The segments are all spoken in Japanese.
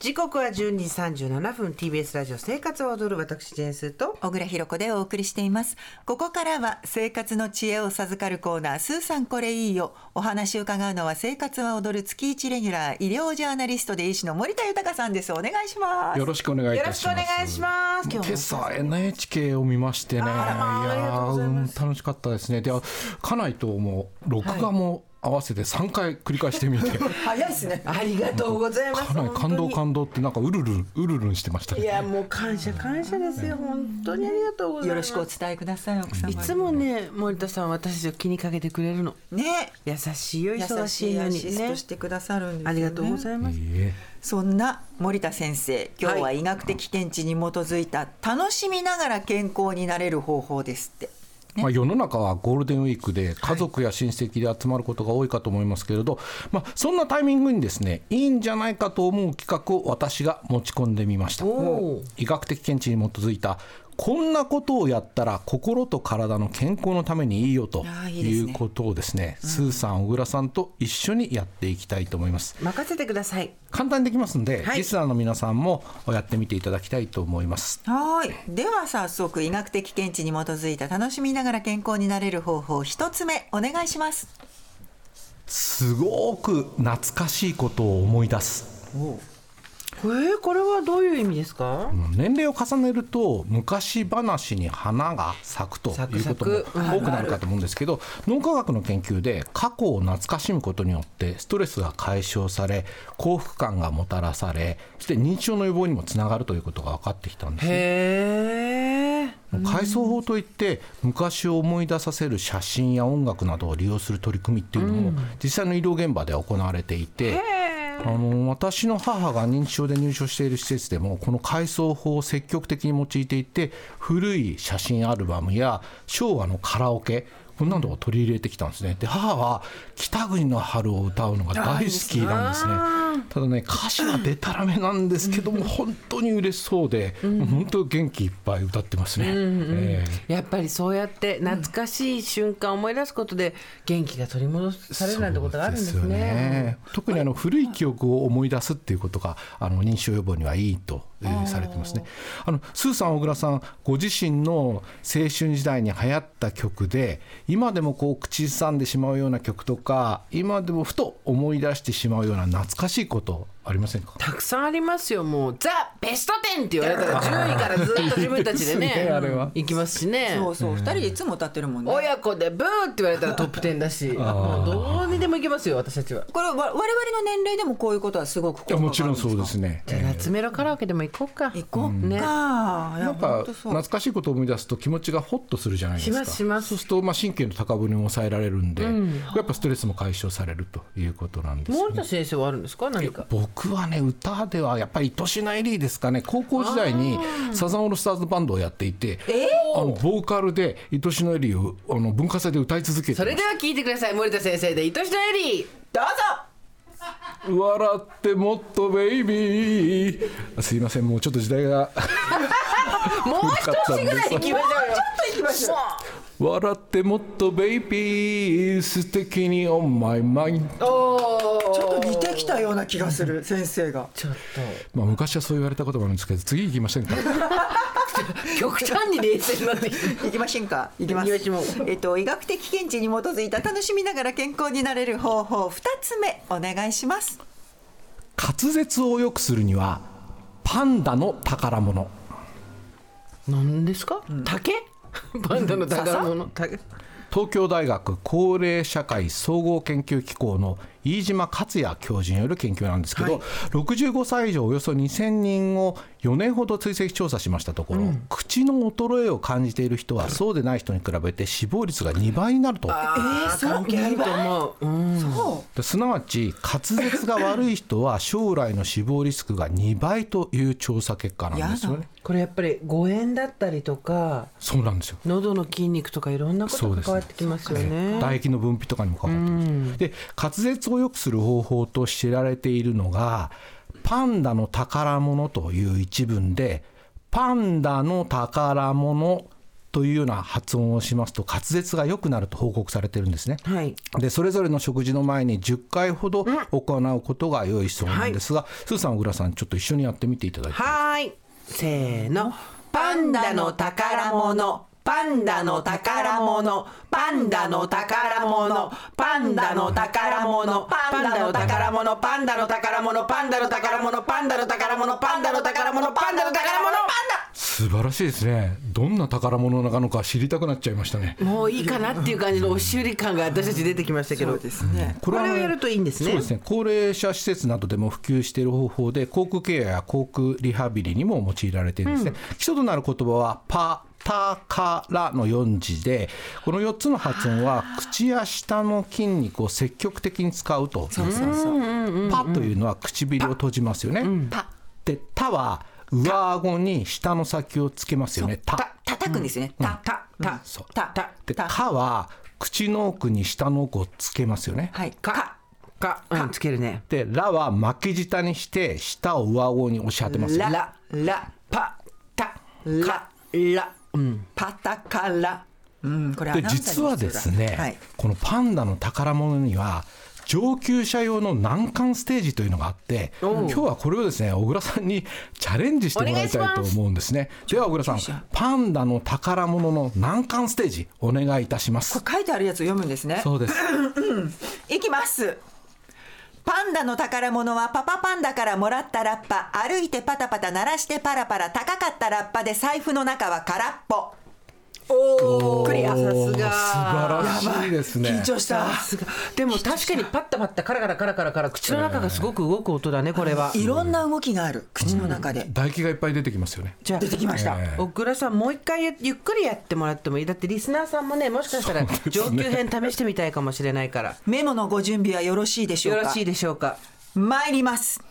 時刻は12時37分 TBS ラジオ生活を踊る私ジェンスーと小倉弘子でお送りしていますここからは生活の知恵を授かるコーナースーさんこれいいよお話を伺うのは生活は踊る月一レギュラー医療ジャーナリストで医師の森田豊さんですお願いしますよろしくお願いいよろたししくおます。願いします今今日も朝 NHK を見ましてね、いやあらまあありがとうございーうんます楽しかったですね。で、あ家内とも録画も合わせて3回繰り返して みて、早いですねありがとうございますかなり感本当動に感動ってなんかうるるんうるるんしてましたいね。やもう感謝感謝ですよ本当にありがとうございよまろすしくお伝えください奥様いつもね森田さん私を気にかけてくれるのね優しいよ忙優ししいいのアにシスねトしてくださるんですよねありがとうございますいいえそんな森田先生今日は医学的見地に基づいた楽しみながら健康になれる方法ですってまあ、世の中はゴールデンウィークで家族や親戚で集まることが多いかと思いますけれど、まあ、そんなタイミングにですねいいんじゃないかと思う企画を私が持ち込んでみましたおー医学的見地に基づいたこんなことをやったら心と体の健康のためにいいよとあーいいですいねうことをですねスーさん小倉さんと一緒にやっていきたいと思います任せてください簡単にできますんで、はいリスナーの皆さんもやってみていただきたいと思いますはーいでは早速医学的見地に基づいた楽しみながら健康になれる方法一つ目お願いしますすごく懐かしいことを思い出すえー、これはどういう意味ですか年齢を重ねると昔話に花が咲くと咲くいうことも咲くある多くなるかと思うんですけど脳科学の研究で過去を懐かしむことによってストレスが解消され幸福感がもたらされそして認知症の予防にもつながるということが分かってきたんですね。へえ回想法といって昔を思い出させる写真や音楽などを利用する取り組みっていうのも実際の医療現場では行われていて、あの私の母が認知症で入所している施設でもこの改装法を積極的に用いていて古い写真アルバムや昭和のカラオケこんなのを取り入れてきたんですねで母は「北国の春」を歌うのが大好きなんですねただね歌詞はでたらめなんですけども本当に嬉しそうで、もう本当元気いっぱい歌ってますね、ええやっぱりそうやって懐かしい瞬間を思い出すことで元気が取り戻されるなんてことがあるんですそうよね。特にあの古い記憶を思い出すっていうことがあの認知症予防にはいいとえーされてますね。あのスーさん小倉さんご自身の青春時代に流行った曲で今でもこう口ずさんでしまうような曲とか今でもふと思い出してしまうような懐かしいことありませんか？たくさんありますよもう「ザ・ベスト10」って言われたら10位からずっと自分たちでいいですねあれねは行きますしねそうそう、二人でいつも歌ってるもんね。親子でブーって言われたらトップ10だしもうどうにでも行けますよ私たちは。これわ我々の年齢でもこういうことはすごく効い果がやあるもちろんそうですね。じゃあ夏メロカラオケでも行こうか。行こうか、ねいやなんか本当そう懐かしいことを思い出すと気持ちがホッとするじゃないですしまかすしますそうするとまあ神経の高ぶりも抑えられるんで、やっぱストレスも解消されるということなんですよね森田先生はあるんですか何か。僕はね歌ではやっぱり「愛しないリー」ですかね高校時代にサザンオールスターズバンドをやっていて、あのボーカルで「愛しないリー」をあの文化祭で歌い続けてそれでは聞いてください森田先生で「愛しのエリー」どう笑ってもっとベイビーあすいませんもうちょっと時代が もう一年ぐらい行きましょうよ。笑ってもっとベイビー素敵にオンマイマインぞちょっと似てきたような気がする先生がちょっまあ昔はそう言われたこともあるんですけど次行きませんかと極端に冷静になってきて。行きましんか行きます行きましょうえっと医学的見地に基づいた楽しみながら健康になれる方法二つ目お願いします滑舌を良くするにはパンダの宝物なんですか、 竹パンダの宝物竹東京大学高齢社会総合研究機構の飯島克也教授による研究なんですけど、65歳以上およそ2000人を4年ほど追跡調査しましたところ、口の衰えを感じている人はそうでない人に比べて死亡率が2倍になると。あーそう関係あると思う、うん、ですなわち滑舌が悪い人は将来の死亡リスクが2倍という調査結果なんですよね。これやっぱり誤嚥だったりとかそうなんですよ喉の筋肉とかいろんなことそうがです関ねわってきますよね唾液の分泌とかにも関わってます、で滑舌を良くする方法と知られているのが「パンダの宝物」という一文で「パンダの宝物というような発音をしますと滑舌が良くなると報告されてるんですね。はい。でそれぞれの食事の前に10回ほど行うことが良いそうなんですが、スーさん小倉さんちょっと一緒にやってみていただいてはーい。せーの。パンダの宝物。パンダの宝物。パンダの宝物。パンダの宝物。パンダの宝物。パンダの宝物。パンダの宝物。パンダの宝物。パンダの宝物。パンダの宝物。パ素晴らしいですねどんな宝物なのか知りたくなっちゃいましたねンダ。もういいかなっていう感じの押し売り感が私たち出てきましたけど。ですね。これをやるといいんですそうねで。すね高齢者施設などでも普及している方法で口腔ケアや口腔リハビリにも用いられているんですね、基礎となる言葉はパタカラの4字でこの4つの発音は口や舌の筋肉を積極的に使うとそうそうそう。パというのは唇を閉じますよね、パでタは上顎に舌の先をつけますよねタた叩くんですよね。たたたそうたたでた。カは口の奥に舌の奥をつけますよね、はい。かか。。か。うん、つけるね。でラは巻き舌にして舌を上顎に押し当てますよねラ、ラ、パ、タ、カ、ラ。うん。パタカラ。うん、これアナでウンサー実にもは必要でだすね、はい。このパンダの宝物には上級者用の難関ステージというのがあって今日はこれをですね小倉さんにチャレンジしてもらいたいと思うんですねでは小倉さん上級者パンダの宝物の難関ステージお願いいたしまこすれ書いてあるやつ読むんですね。そうですいきます。パンダの宝物はパパパンダからもらったラッパ歩いてパタパタ鳴らしてパラパラ高かったラッパで財布の中は空っぽおークリアさすおーが素晴らしいですね緊張したさすがでも確かにパッタパッタカラカラカラカラカラ口の中がすごく動く音だねこれはいろんな動きがある口の中で唾液がいっぱい出てきますよねじゃあ出てきました、ええ小倉さんもう一回ゆゆっくりやってもらってもいいだってリスナーさんもねもしかしたらそうです上ね級編試してみたいかもしれないからメモのご準備はよろしいでしょうよかろしいでしょうか参ります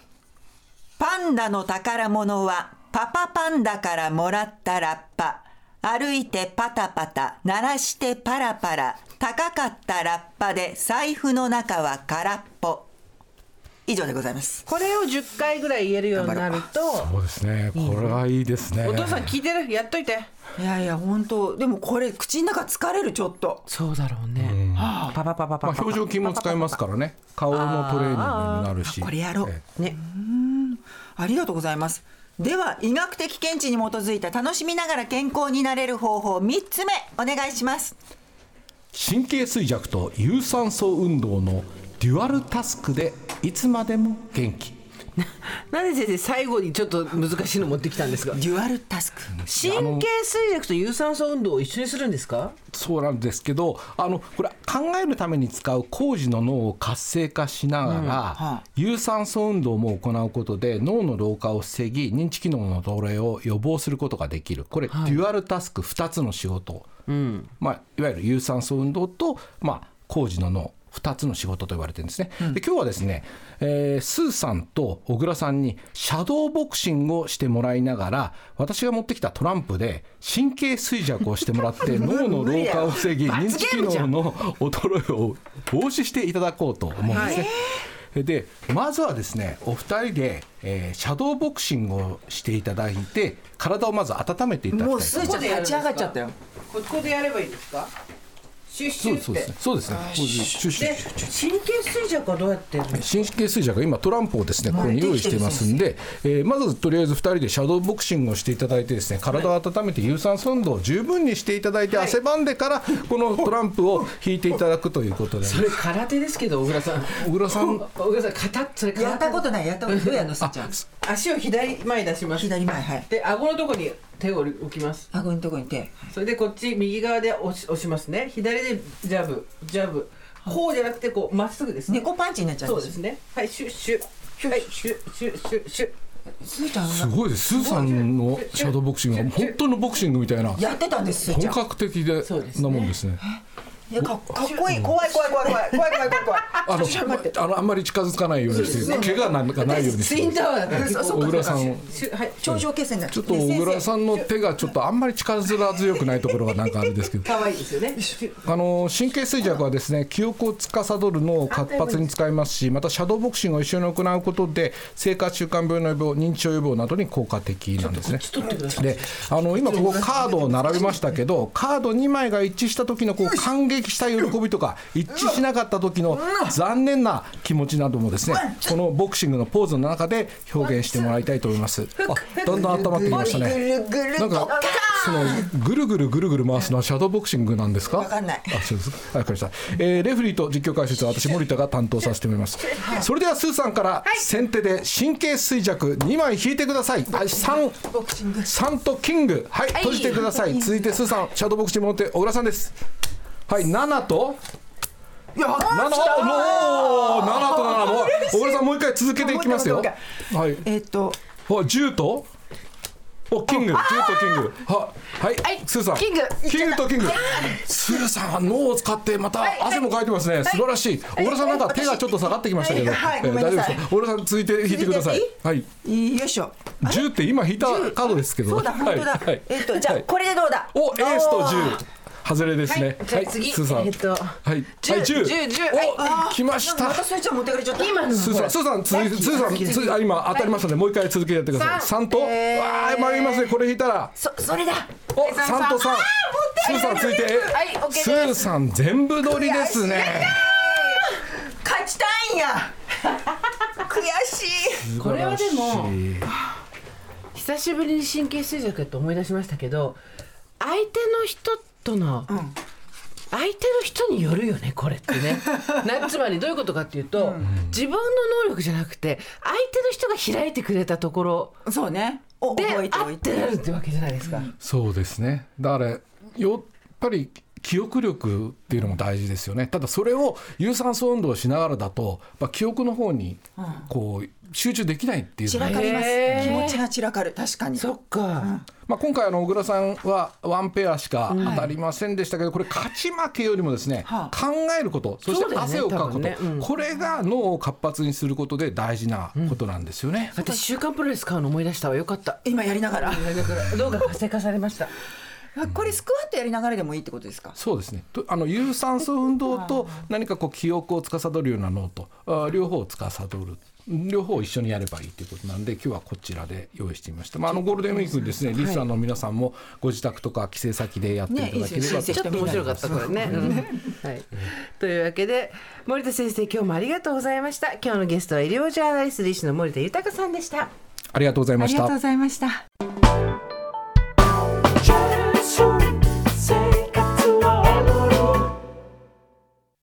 パンダの宝物はパパパンダからもらったラッパ歩いてパタパタ鳴らしてパラパラ高かったラッパで財布の中は空っぽ以上でございますこれを10回ぐらい言えるようになるとそうですねこれはいいですねお父さん聞いてるやっといていやいや本当でもこれ口の中疲れるちょっとそうだろうねパパパパまパあパ表情筋も使いますからね顔のトレーニングになるあしーこれやろうええねありがとうございますでは医学的見地に基づいた楽しみながら健康になれる方法3つ目お願いします神経衰弱と有酸素運動のデュアルタスクでいつまでも元気なんで先生最後にちょっと難しいの持ってきたんですがデュアルタスク神経衰弱と有酸素運動を一緒にするんですかそうなんですけどあのこれ考えるために使う工事の脳を活性化しながら、は有酸素運動も行うことで脳の老化を防ぎ認知機能の奴隷を予防することができるこれ、デュアルタスク2つの仕事、まあ、いわゆる有酸素運動と、まあ、工事の脳2つの仕事と言われてるんですね、で今日はですね、えースーさんと小倉さんにシャドーボクシングをしてもらいながら私が持ってきたトランプで神経衰弱をしてもらって 脳の老化を防ぎ認知機能の衰えを防止していただこうと思うんですね。でまずはですねお二人で、えーシャドーボクシングをしていただいて体をまず温めていただきたいとも思ういますスーちゃん立ち上がっちゃったよここでやればいいですかシュッシそうュですそうッでてすね。そうですね。こういうシュッシュッシュッ神経衰弱はどうやってやるの神経衰弱が今トランプをですねここに用意していますんで、えーまずとりあえず2人でシャドーボクシングをしていただいてですね体を温めて有酸素運動を十分にしていただいて汗ばんでからこのトランプを引いていただくということでそれ空手ですけど小倉さん小倉さん小倉さん肩それ空手やったことないやったことないどうやんのスーちゃん足を左前に出します左前はいで顎のとこに手を置きます顎のとこに手それでこっち右側で押し押しますね左でジャブジャブこうじゃなくてこうまっすぐですね猫パンチになっちゃそううですねはいシュッシュッはいシュッシュッシュッシュッすーちゃんすごいですスーさんのシャドーボクシングは本当のボクシングみたいなやってたんですスー本ちゃん格的でそうですなねもんですねいやかかっこいい怖い怖い怖い怖い怖い怖い怖い怖いあのちょっと待ってあのあんまり近づかないようにして怪我なんかないようにツイしンてタワーだったそそっ小か倉さんしはい頂上決戦だちょっと小倉さんの手がちょっとあんまり力強くないところがなんかあれですけど可愛いですよねあの神経衰弱はですね記憶を司る脳を活発に使いますしまたシャドーボクシングを一緒に行うことで生活習慣病の予防認知症予防などに効果的なんですねであの今ここカードを並べましたけどカード2枚が一致した時のこう感激した喜びとか一致しなかった時の残念な気持ちなどもですねこのボクシングのポーズの中で表現してもらいたいと思いますあだんだん温まってきましたねなんかそのぐるぐるぐるぐる回すのはシャドーボクシングなんですか？わかんないあ、そうですか。あわかりました。えーレフェリーと実況解説は私森田が担当させてもらいます。それではスーさんから先手で神経衰弱2枚引いてください。はい、三三とキングはい閉じてください。続いてスーさんシャドーボクシングの手小倉さんです。はい7とやった7おお7と7もう小倉さんもう一回続けていきますもよ。う一はい。えっとお10とおキング10とキングははい、スーさんキングキングとキングスーさんは脳を使ってまた汗もかいてますね、素晴らしい小倉さんなんか手がちょっと下がってきましたけど、はいえーごめん大丈夫なでさいすか小倉さん続いて引いてください続いはいよいしょ10って今引いたカードですけどそうだ本当だはいはいえっとじゃあはいこれでどうだおエースと10外れですねじゃあ次スーさんえっとはいはい10 10 10お来ましたまたそれじゃ持ってかれちゃった今のスーさん、スーさん、続いて、スーさん、つあ今当たりましたね。もう一回続けてやってください。さ三と、わあ、迷いますね。これ引いたら、そそれだお、三と三。スーさんついて、はいオッケーですスーさん全部取りですね。勝ちたいんや悔しいこれはでも久しぶりに神経衰弱やって思い出しましたけど相手の人との、相手の人によるよねこれって ねなつまりどういうことかっていうと、自分の能力じゃなくて相手の人が開いてくれたところそうねおで覚えてあおいっててなるってわけじゃないですか、そうですね。だから、やっぱり。記憶力っていうのも大事ですよねただそれを有酸素運動をしながらだと、まあ、記憶の方にこう集中できないっていう散のがらかりますへー気持ちが散らかる確かにそっか、まあ、今回あの小倉さんはワンペアしか当たりませんでしたけど、これ勝ち負けよりもですね、はあ考えることそしそうてだよね汗をかくこと、多分ねうんこれが脳を活発にすることで大事なことなんですよね。私週刊プロレス買うの思い出したわよか った今やりながら動画活性化されましたこれスクワットやりながらでもいいってことですかそうですねとあの有酸素運動と何かこう記憶を司るような脳とあ両方を司る両方を一緒にやればいいということなんで今日はこちらで用意してみました、まあ、あのゴールデンウィークにですねリスナーの皆さんもご自宅とか帰省先でやっていただければとねいいですよちょっと面白かったこれね。うんはい、というわけで森田先生今日もありがとうございました今日のゲストは医療ジャーナリストで医師の森田豊さんでした。ありがとうございました。ざいました